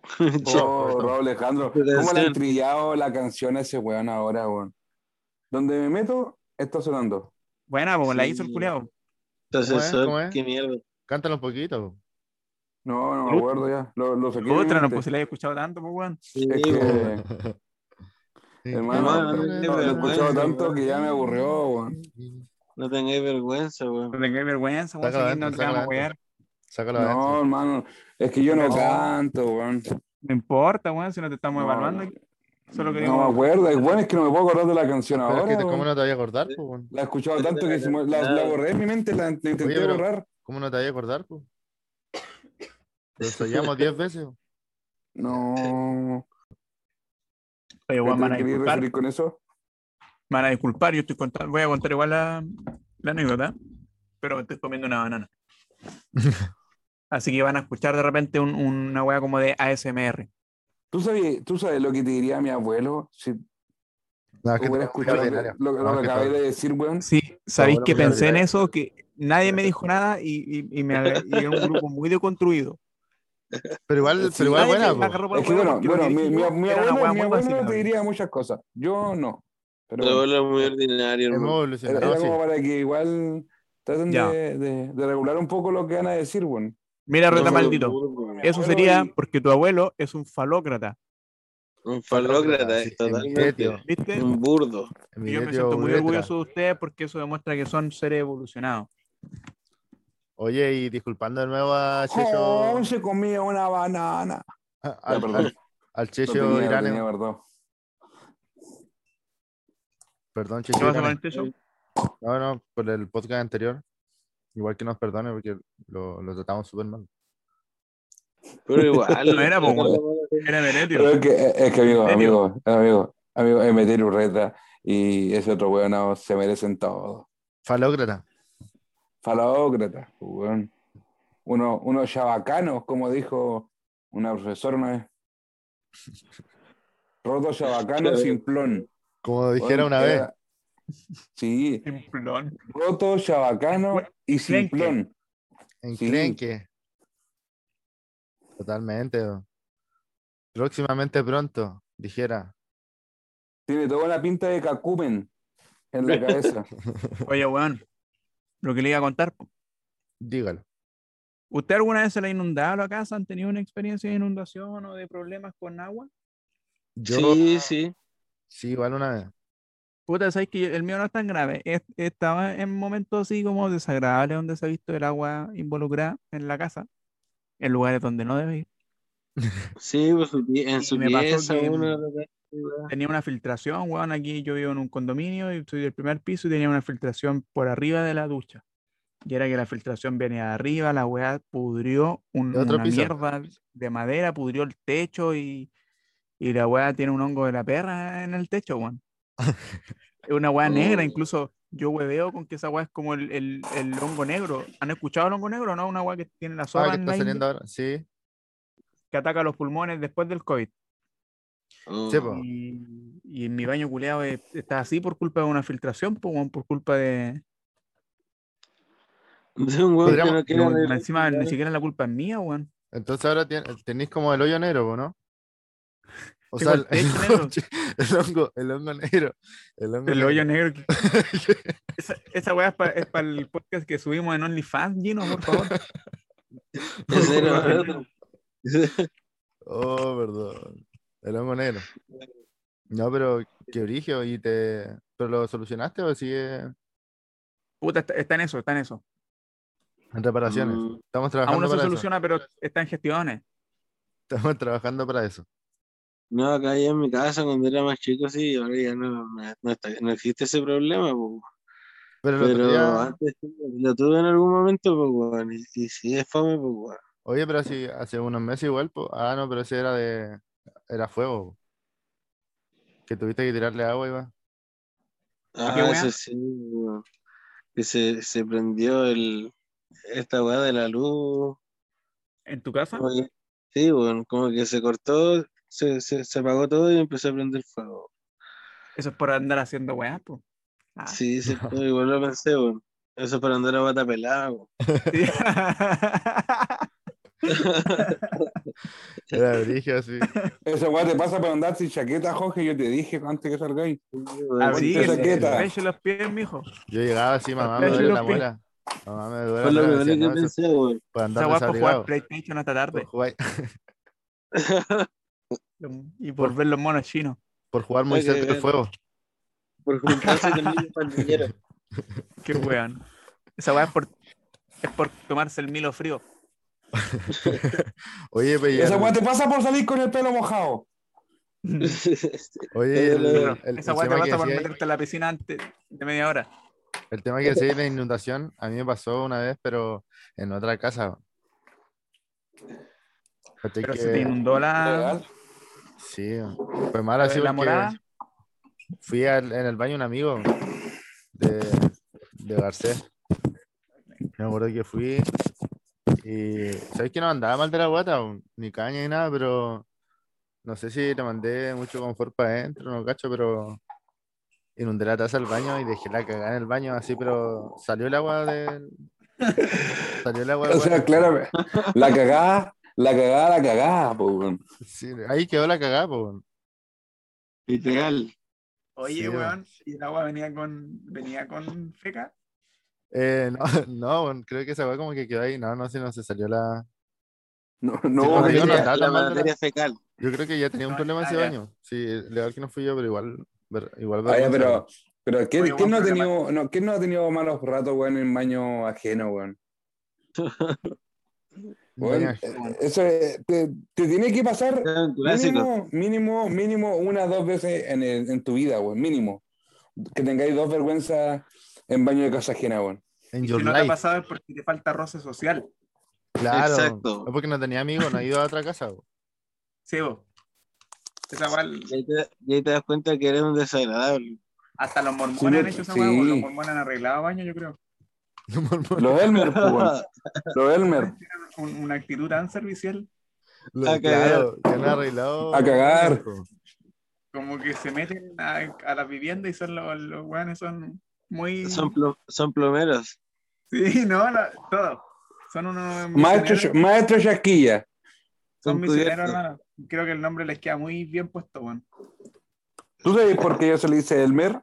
Che, Oh, Raúl Alejandro. ¿Cómo le han trillado la canción a ese weón ahora, weón? Donde me meto, está sonando. Buena, po, la hizo el Sí. culiao. Procesor, ¿Cómo es? qué mierda. Cántalo un poquito. po. No, no me acuerdo ya. Lo, lo saqué. de mi Otra, no mente. pues se la había escuchado tanto, pues weón. Sí, Es que- weón. Hermano, no, no, no, lo he escuchado vergüenza, tanto que ya me aburrió, weón. no tengáis vergüenza, weón. Qué vergüenza, weón. Sácalo si no adentro, te vamos a sácalo wear. Sácalo No, adentro. hermano. Es que yo no No. canto, weón. No importa, weón, si no te estamos No, evaluando. no. Solo No me queríamos. acuerdo. El weón es que no me puedo acordar de la canción Pero es ahora. que te- weón. ¿Cómo no te vayas a acordar, po, weón? La he escuchado tanto que se me- la, la borré en mi mente, la, la intenté Oye, pero- borrar. ¿Cómo no te vayas a acordar, po? Lo ensayamos 10 veces. po. No. Oye, weón, van a ¿Te querías disculpar. referir con eso? Me van a disculpar, yo estoy contando, voy a contar igual la, la anécdota, pero me estoy comiendo una banana. Así que van a escuchar de repente un- una wea como de ASMR. ¿Tú sabes, ¿Tú sabes lo que te diría mi abuelo si No, Ah, es que hubiera todo es escuchado ordinario. lo, lo- lo No, es que que acabé todo- de decir, weón? Sí, sabéis Ahora que voy a pensé en olvidar. eso, que nadie me dijo nada y, y, y me ale- y era un grupo muy deconstruido. Pero igual, Sí, pero igual Nadie me buena. po. agarró por Es el que huevo bueno, porque lo bueno, que mi, mi, dijo mi era una abuelo, wea mi muy abuelo básica, te weón. diría muchas cosas. Yo no. Pero Lo bueno, vuelvo muy ordinario, Hemos hermano. era, evolucionado, era como sí. para que igual traten Ya. de, de- de regular un poco lo que van a decir, weón. Mira, No, reta no, maldito. un- Eso abuelo sería y- porque tu abuelo es un falócrata, Un falócrata, eh, Sí, es totalmente. Emilio, ¿viste? Un burdo. Y yo me Emilio siento muy Uretra. orgulloso de ustedes porque eso demuestra que son seres evolucionados. Oye, y disculpando de nuevo a Checho. ¡Oh, se comía una banana! Ya, a- Al, perdón. al lo Checho tenía, lo Irane. tenía guardado. Perdón, ¿Qué Checho pasa con este Irane. el techo? No, no, por el podcast anterior. Igual que nos perdone porque lo, lo tratamos súper mal. Pero igual. No era, po, weón. Era Venetio. Pero es que, eh, es que amigo, ¿En serio? amigo, amigo, amigo, Emeter Urreta y ese otro weón se merecen todo. Falócrata. Falaócrata, weón. Uno, unos yabacanos, como dijo una profesora una vez. Roto yabacano simplón. Como dijera una vez. Era- Sí, Simplón. roto yabacano y Enclenque. simplón. Sí. Enclenque. Totalmente. bro. Próximamente pronto, dijera. Tiene toda la pinta de cacumen en la cabeza. Oye, weón, lo que le iba a contar. po. Dígalo. ¿Usted alguna vez se le ha inundado la casa? ¿Han tenido una experiencia de inundación o de problemas con agua? Yo Sí, sí. sí, igual una vez. Puta, sabes que el mío no es tan grave. Es- estaba en momentos así como desagradables donde se ha visto el agua involucrada en la casa, en lugares donde no debe ir. Sí, pues, su pie- en Y su me pasó pieza que- uno de repente, Tenía una filtración, weón. Aquí yo vivo en un condominio y estoy del primer piso y tenía una filtración por arriba de la ducha. Y era que la filtración venía de arriba, la weá pudrió un- ¿De otro una piso? mierda de madera, pudrió el techo y, y la weá tiene un hongo de la perra en el techo, weón. Es una weá negra, Oh. incluso yo hueveo con que esa weá es como el, el- el hongo negro. ¿Han escuchado el hongo negro? No, una weá que tiene la Ah, zorra que en está la India, saliendo ahora. Sí. que ataca los pulmones después del COVID. weón. Sí, po. Y, y en mi baño culeado eh, está así por culpa de una filtración, po, weón, por culpa de. De un weón que pues, Podríamos- no quiere no, arreglar- Encima ni siquiera la culpa es mía, weón. Entonces ahora tien- tenéis como el hoyo negro, po, ¿no? O Tengo sea, el techo negro. el hongo, el hongo negro. El hongo El negro. hoyo negro. que- Esa, esa weá es para el podcast que subimos en OnlyFans, Gino, por favor. Ese era otro. Oh, perdón. El hongo negro. No, pero qué origen y te. ¿Pero lo solucionaste o sigue Puta, está, está en eso, está en eso. en reparaciones? Mm. Estamos trabajando Aún no se para soluciona, pero está en gestiones. eso. Estamos trabajando para eso. No, acá ya en mi casa cuando era más chico, sí, ahora ya no, no, no está- no existe ese problema, po. Pero el otro pero ah. día- antes sí, lo tuve en algún momento, po, weón, y, y sí es fome, po, weón. Oye, pero así hace unos meses igual, po. Ah, no, pero ese era de. Era fuego. po. Que tuviste que tirarle agua, Iván. Ah, qué weá? eso sí, weón. que se, se prendió el, esta weá de la luz. ¿En tu casa? como que- sí, weón, como que se cortó, se, se, se apagó todo y empezó a prender fuego. Eso es por andar haciendo weá, po. Ah, Sí, sí, igual lo pensé, weón. Eso es para andar a bata pelada, weón. sí. Era brillo así. Esa weá te pasa para andar sin chaqueta, Jorge. Yo te dije antes que salgáis. Sí, weón, Abríguese, sí, Abríguese, chaqueta. despeje los pies, mijo. Yo llegaba así, mamá, me Pero yo duele lo la pi- muela. Mamá, me duele Fue lo la muela. primero decía, que "No, eso es pensé, weón. Por andar Esa weá es para desabrigado. jugar PlayStation hasta tarde. Por jugar, Oh. Y por ver los monos chinos. por jugar muy Hay que cerca del ver. fuego. Por juntarse con niños pandilleros. Qué weón. Esa weá es por, es por tomarse el milo frío. Oye, pues, pero Esa weá te pasa por salir con el pelo mojado. Oye, el, Pero el- el Esa weá te tema que pasa por decía ahí- meterte a la piscina antes de media hora. el tema que decía ahí de inundación, a mí me pasó una vez, pero en otra casa. ¿Cachai? Pero Que- se te inundó Ah, la, Legal. Sí, fue mal así la porque morada. fui al- en el baño de un amigo de, de Garcés. Me acuerdo que fui y sabes que no andaba mal de la guata, weón, ni caña ni nada, pero no sé si le mandé mucho confort para adentro, no cacho, pero inundé la taza del baño y dejé la cagada en el baño así, pero salió el agua del salió el agua del O sea, baño. claro, la cagada, la cagada, la cagada, po, weón. Sí, ahí quedó la cagada, po, weón. Literal. Oye, Sí, weón, y el agua venía con, venía con feca. Eh, no, no, weón, creo que esa weá como que quedó ahí. No, no, si no se salió la. No, Sí, no, porque weón. yo no Materia- andaba la tan mal de la- materia fecal. Yo creo que ya tenía un No, problema ah, ese ya. baño. Sí, legal que no fui yo, pero igual. ver- igual Ah, ya, vergüenza, pero, weón. pero ¿quién, Oye, quién buen no ha problema. tenido, no, ¿quién no ha tenido malos ratos, weón, en baño ajeno, weón? Weón, Baño eh, eso es- te, te tiene que pasar Era un clásico. mínimo, mínimo, mínimo unas dos veces en, el- en tu vida, weón, mínimo. Que tengáis dos vergüenzas en baño de casa ajena, weón. En Y your si no te ha life, pasado es porque te falta roce social. claro. Exacto. No porque no tenía amigos, no he ido a otra casa. weón. Sí, vos. Esa weá, Y ahí te, y ahí te das cuenta que eres un desagradable. hasta los mormones Sí, han hecho esa sí. weá, weón. los mormones han arreglado baño, yo creo. No, mormón. Los Elmer, po, Pues, weón. Los Elmer, Un- una actitud tan servicial, Lo- a claro, que han arreglado. A cagar. po. como que se meten a, a la vivienda y son los, los weones son muy... Son, plo- son plomeros. Sí, no, la- todo. Son unos... maestro, misioneros, maestro Chasquilla. son Son misioneros, cubiertos. hermano. Creo que el nombre les queda muy bien puesto, weón. ¿Tú sabes por qué yo se le dice Elmer?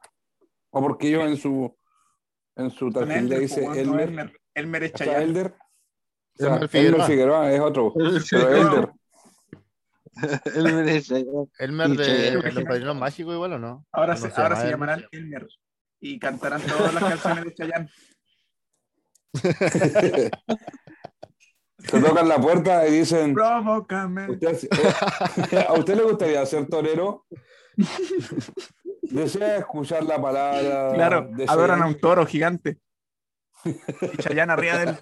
¿O por qué yo en su, en su Son tarjeta Elmer, dice po, pues, weón, no Elmer? Elmer. Elmer es O sea, Chayanne. Elder. O sea, Elmer Elmer Figueroa. Figueroa es otro. Pero Figueroa. Elder. Él me dice, Elmer Y de que- los padrinos mágicos, igual o no. Ahora, No se, se ahora llama se Elmer. llamarán Elmer. Y cantarán todas las canciones de Chayanne. Te tocan la puerta y dicen, Provócame. "Usted hace- eh, ¿a usted le gustaría ser torero? ¿Desea escuchar la palabra? Claro, de adoran a Chayanne?" un toro gigante. Y Chayanne arriba del...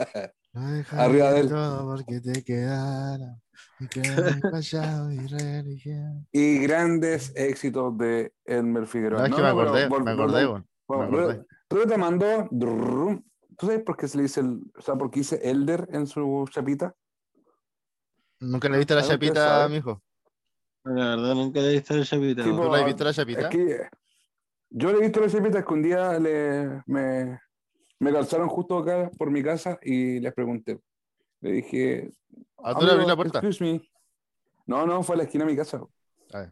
No dejaría Arriba de él. todo porque te quedara. y que mi pasado y religión. Y grandes éxitos de Elmer No, Figueroa. es que No, me no, acordé, pero vol- me acordé, vol- weón. me acordé. Rueda te mandó. drrrrum. ¿Tú sabes por qué se le dice, el, o sea, por qué dice Elder en su chapita? ¿Nunca le viste la Ah, usted chapita, sabe. mijo? La verdad, nunca le he visto el chapita. Tipo, ¿Tú weón. le viste la Es chapita? que yo le he visto las chapitas que un día le, me, me calzaron justo acá por mi casa y les pregunté. Le dije. ¿A tú le abrís "Amigo, la puerta? excuse me". No, no, fue a la esquina de mi casa. Ah.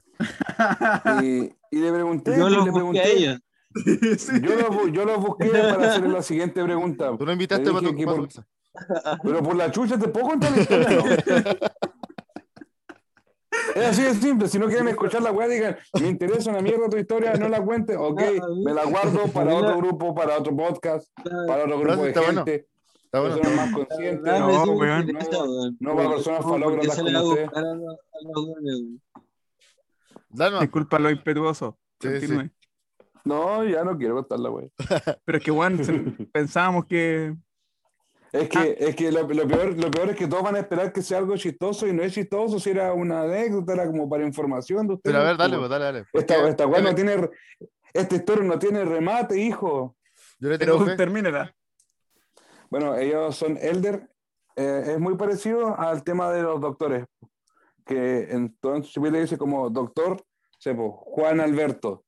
Y, y le pregunté. Yo y pues, le los busqué a pregunté ellos. Yo, los, bu- yo los busqué para hacer la siguiente pregunta. Tú lo invitaste Le para dije tu que para tu por- casa. Pero por la chucha te puedo contar la historia, ¿no? Es así de simple, si no quieren escuchar la weá, digan, me interesa una mierda tu historia, no la cuentes, ok, Ah, me la guardo para otro grupo, para otro podcast, para otro grupo de Está bueno, gente, Está bueno. personas más La conscientes, verdad, me no, sí me weón. interesa, weón. no para personas Como, ¿por qué falógratas se le va como a usted. buscar a los- a los weones, weón? Danos. Disculpa lo impetuoso. Sí, Continúe. No, ya no quiero contar la weá. Pero es que, bueno, se- pensábamos que. Ah. Es que, es que lo, lo peor, lo peor es que todos van a esperar que sea algo chistoso y no es chistoso, si era una anécdota, era como para información de ustedes. Pero a ver, dale, Como- pues, dale, dale. Esta, Porque esta weá yo no le- tiene, esta historia no tiene remate, hijo. Yo le Pero tengo fe. termínala. Bueno, ellos son elder. eh, es muy parecido al tema de los doctores, que entonces se dice como doctor, sepo, Juan Alberto.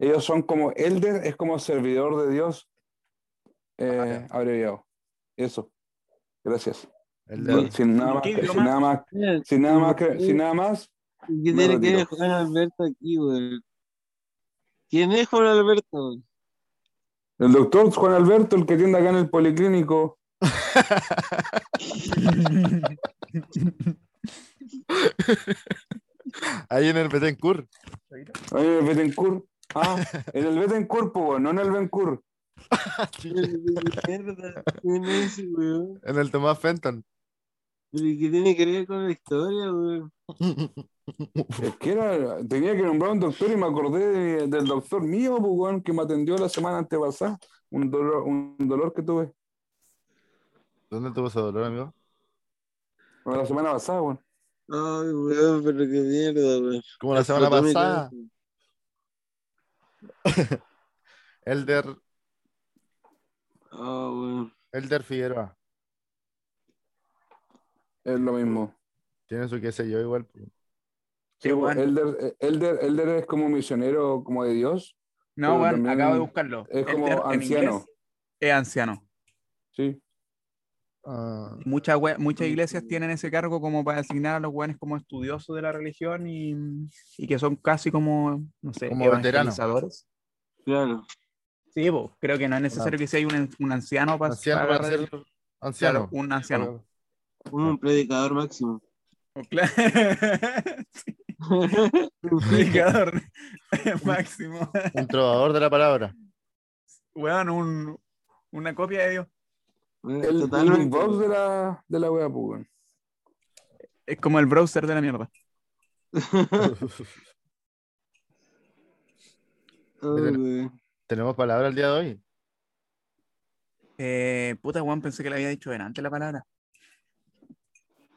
Ellos son como elder, es como servidor de Dios, eh, abreviado. Eso. Gracias. El de- Bueno, sin nada más, ¿Qué que- sin idioma? nada más, Mira, sin nada más, que- sin nada más. ¿Qué Me tiene que ver retiro. Juan Alberto aquí, weón? ¿Quién es Juan Alberto? weón? El doctor Juan Alberto, el que tiende acá en el policlínico. Ahí en el Betancourt. Ahí en el Betancourt. Ah, en el Betancourt, po, weón, no en el Bencourt. Mierda, ¿Quién es, weón? En el Tomás Fenton. ¿Pero ¿Qué tiene que ver con la historia, weón? Es que era, tenía que nombrar un doctor y me acordé de- del doctor mío, po, weón, que me atendió la semana antepasada. Un dolor, un dolor que tuve. ¿Dónde tuvo ese dolor, amigo? Bueno, la semana pasada, weón. Ay, weón, pero qué mierda, weón. Como la semana Explotó mi pasada. cabeza. Elder, Ah, weón. Elder Figueroa. Es lo mismo. Tiene su qué sé yo igual. pues. Qué Sí, bueno. Elder, eh, Elder, Elder es como misionero, como de Dios. No, Pero weón, también acabo de buscarlo. es como Elder en anciano. inglés Es anciano. Sí. Ah, Muchas, we- muchas iglesias tienen ese cargo como para asignar a los weones como estudiosos de la religión y, y que son casi como, no sé, Como veteranos. Eh, evangelizadores. Claro. Sí, po, creo que no es necesario que sea un, un anciano para, anciano para para agarrar- ser claro, anciano. un anciano. Ah. Un predicador máximo. Claro. Predicador máximo. Un trovador de la palabra. Weón, un- una copia de Dios. El el Totalmente. box de la, de la wea, pues, weón. Es como el browser de la mierda. Ay, weón. Tenemos palabra el día de hoy. Eh, puta, Juan, pensé que le había dicho delante la palabra.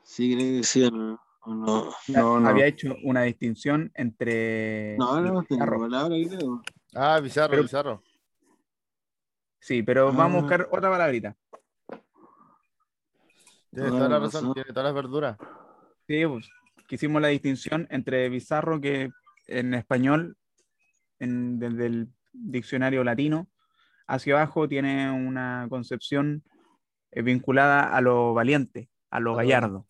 Sí, creo que sí, ¿o ¿no? ¿O no? No, no. Había hecho una distinción entre. No, no, los tengo carros. palabra, creo. Ah, bizarro, Pero- bizarro. Sí, pero vamos a Ah. buscar otra palabrita. Tiene Ah, toda la razón. razón, tiene todas las verduras. Sí, pues, que hicimos la distinción entre bizarro, que en español, en, desde el diccionario latino, hacia abajo tiene una concepción eh, vinculada a lo valiente, a lo lo- gallardo.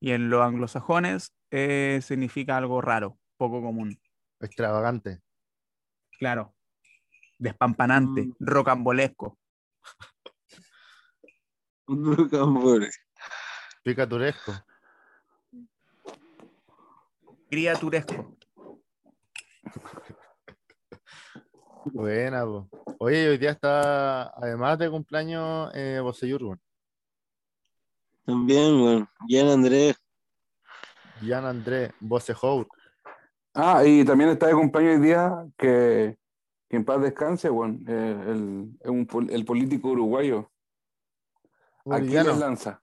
Y en los anglosajones eh, significa algo raro, poco común. Extravagante. Claro. Despampanante, Mm. rocambolesco. Un rocambole. Picaturesco. criaturesco. Buena, po. Oye, hoy día está, además de cumpleaños, eh, Boseyur, weón. También, weón. Jan Andrés. Jan André, Bosejour. Ah, y también está de cumpleaños hoy día que, que en paz descanse, weón. eh, el, es un pol- el político uruguayo. Aquiles Boliviano. Lanza.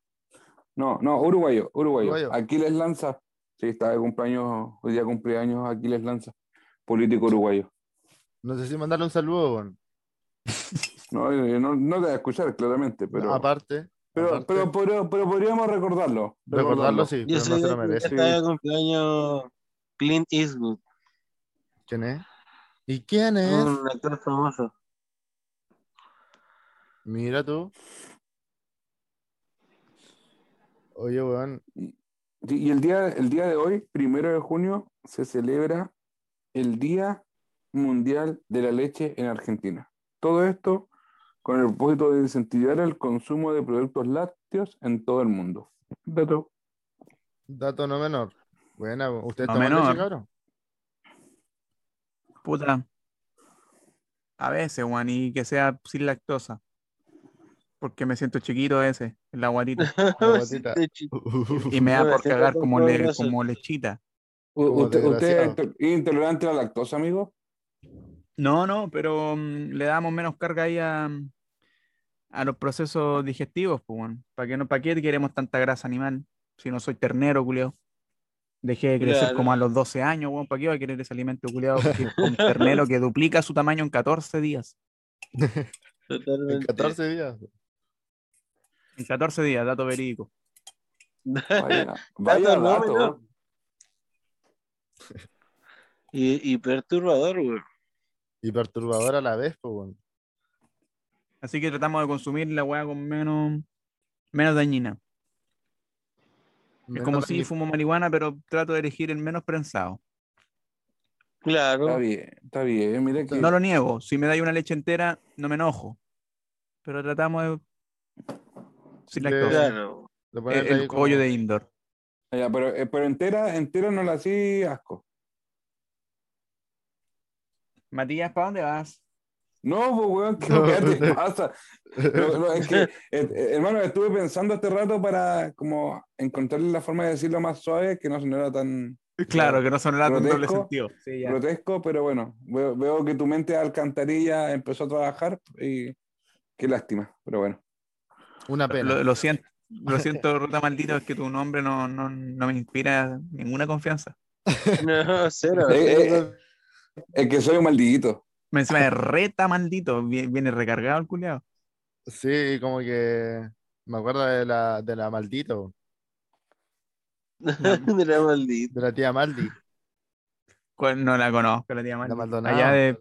No, no, uruguayo, uruguayo. Uruguayo. Aquiles Lanza. Sí, está de cumpleaños, hoy día cumpleaños Aquiles Lanza. Político uruguayo. No sé si mandarle un saludo, weón. No, eh, no, no te voy a escuchar claramente, pero, aparte, pero, aparte, pero, podría- pero podríamos recordarlo. recordarlo sí, Yo pero no se soy lo de que merece. está de cumpleaños Clint Eastwood, ¿Quién es? ¿Y quién es? Mm. un actor famoso. Mira tú. Oye, weón, Y y el día, el día de hoy, primero de junio, se celebra el Día Mundial de la Leche en Argentina. Todo esto con el propósito de incentivar el consumo de productos lácteos en todo el mundo. Dato. dato no menor. Buena, weón. ¿ustedes No toman menor. leche, cabrón? Puta. A veces, Juan, y que sea sin lactosa. Porque me siento chiquito ese, en la guatita. guatita. Sí, chi- Y me da Bueno, por siempre cagar con como, todo le- brazo. como lechita. U- Como ¿Usted, usted es desgraciado. intol- intolerante a la lactosa, amigo? No, no, pero mm, le damos menos carga ahí a, a los procesos digestivos, pues, ¿Para qué, no, ¿Para qué queremos tanta grasa animal? Si no soy ternero, culiao. Dejé de crecer Claro. como a los 12 años, weón. ¿Para qué va a querer ese alimento, culiao? Que- Con ternero que duplica su tamaño en 14 días. En Totalmente. 14 días. En 14 días, dato verídico. Vaya, vaya Dato no dato. menor. Y, y perturbador, güey. Y perturbador a la vez, pues, weón. Así que tratamos de consumir la weá con menos, menos dañina. Es como Menos si dañi- fumo marihuana, pero trato de elegir el menos prensado. Está Claro. bien, está bien. Mira que No lo niego. Si me dais una leche entera, no me enojo. Pero tratamos de. Sin De- lactosa. Claro. de El, ponerle ahí el como- cogollo de indoor. Ya, pero, eh, pero entera, entera no la hacía asco. Matías, ¿para dónde vas? No, pues, weón, ¿qué No, weá te usted- pasa? No, no, es que, eh, eh, hermano, estuve pensando este rato para como encontrarle la forma de decirlo más suave, que no sonara tan Claro, que no sonará tan doble Grotesco. sentido. Sí, ya. grotesco, pero bueno, veo, veo que tu mente de alcantarilla empezó a trabajar y qué lástima, pero bueno. Una pena. Lo, lo siento, Lo siento, Ruta Maldito, es que tu nombre no, no, no me inspira ninguna confianza. No, cero. Eh, eh, es que soy un maldito. Me encima de Reta Maldito, vie- viene recargado el culiado. Sí, como que me acuerdo de la, de la maldita, weón, Mira, maldito. de la tía Maldi, No la conozco, la tía la Maldito. Maldonado, Allá de...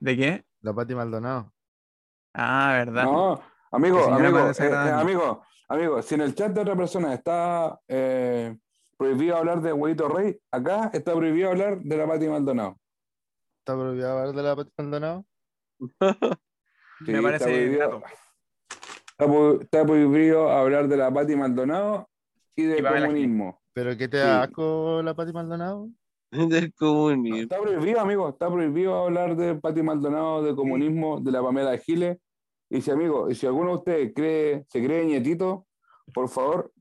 ¿De qué? la Pati Maldonado. Ah, verdad. No, amigo, Que señora amigo, más eh, eh, desagradable. amigo, amigo, si en el chat de otra persona está eh, prohibido hablar de Huevito Rey, acá está prohibido hablar de la Pati Maldonado. ¿Está prohibido hablar de la Pati Maldonado? Sí, Me parece está prohibido, grato. está pro- está prohibido hablar de la Pati Maldonado y del Y Pamela comunismo. ¿Pero qué te Sí. da asco la Pati Maldonado? Del comunismo. Está prohibido, amigo, está prohibido hablar de Pati Maldonado, de comunismo, de la Pamela Giles. Y si, amigo, y si alguno de ustedes cree, se cree ñetito, por favor,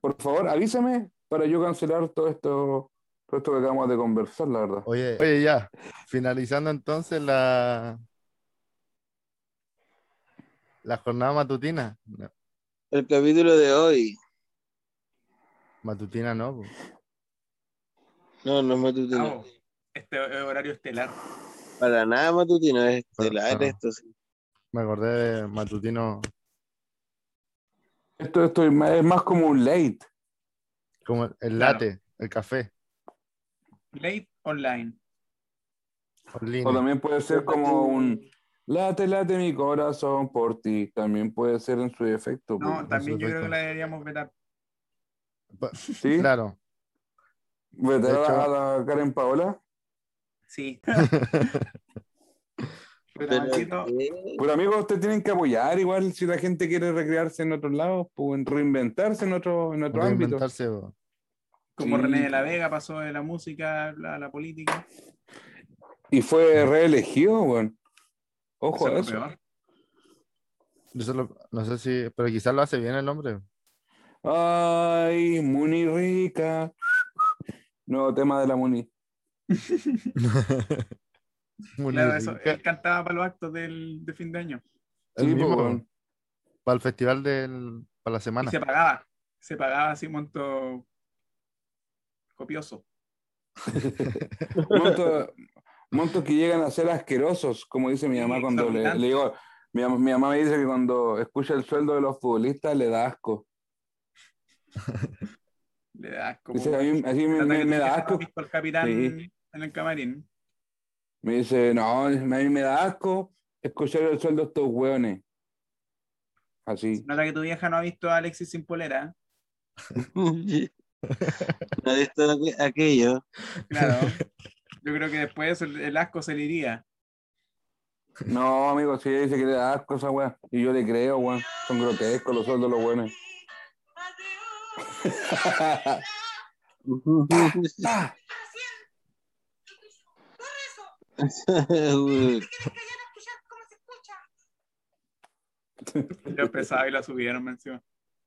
por favor, avísame para yo cancelar todo esto, todo esto que acabamos de conversar, la verdad. Oye, oye, ya. Finalizando entonces la. La jornada matutina. No, El capítulo de hoy. matutina no. po. No, no es matutino. Este horario estelar. Para nada matutino, es estelar Pero- esto. sí. Me acordé de matutino. Esto, esto es más- es más como un late. Como el- el Claro. latte, el café. Late online. online. O también puede ser como un late, late mi corazón por ti. También puede ser en su defecto. No, pues. también yo creo perfecto. que la deberíamos vetar. ¿Sí? Claro. ¿Vetar De hecho- a la- a la Karen Paola? Sí. Pero, Maldito, ¿qué? Pero amigos, ustedes tienen que apoyar igual si la gente quiere recrearse en otros lados, pues en reinventarse en otro, en otro ámbito. Reinventarse, po. como Sí. René de la Vega pasó de la música a la, la política. Y fue reelegido, weón. Ojo Eso a es eso. lo peor. Yo solo- no sé si. Pero quizás lo hace bien el hombre. Ay, Muni Rica. Nuevo tema de la Muni. Muy Claro, eso, eh, rica. él cantaba para los actos del, de fin de año. El Sí, mismo, pues, weón. Para el festival del. Para la semana. Y se pagaba. Se pagaba así un monto copioso. Montos, montos que llegan a ser asquerosos, como dice mi Sí, mamá cuando le, exorbitante. le digo. Mi, mam- mi mamá me dice que cuando escucha el sueldo de los futbolistas le da asco. Le da asco. Dice, po. a mí- así me, me- Trata Mm, que me te da dice, asco. "No, visto el capitán Sí. en el camarín. Me dice, no, a mí me da asco escuchar el sueldo de estos hueones. Así. Nota que tu vieja no ha visto a Alexis sin polera. No de esto aqu- aquello. Claro. Yo creo que después eso, el, el asco se le iría. No, amigo, si ella dice que le da asco esa weá. Y yo le creo, weón. Son grotescos los sueldos de los hueones. Uy, Yo empezaba y la subieron, me encima.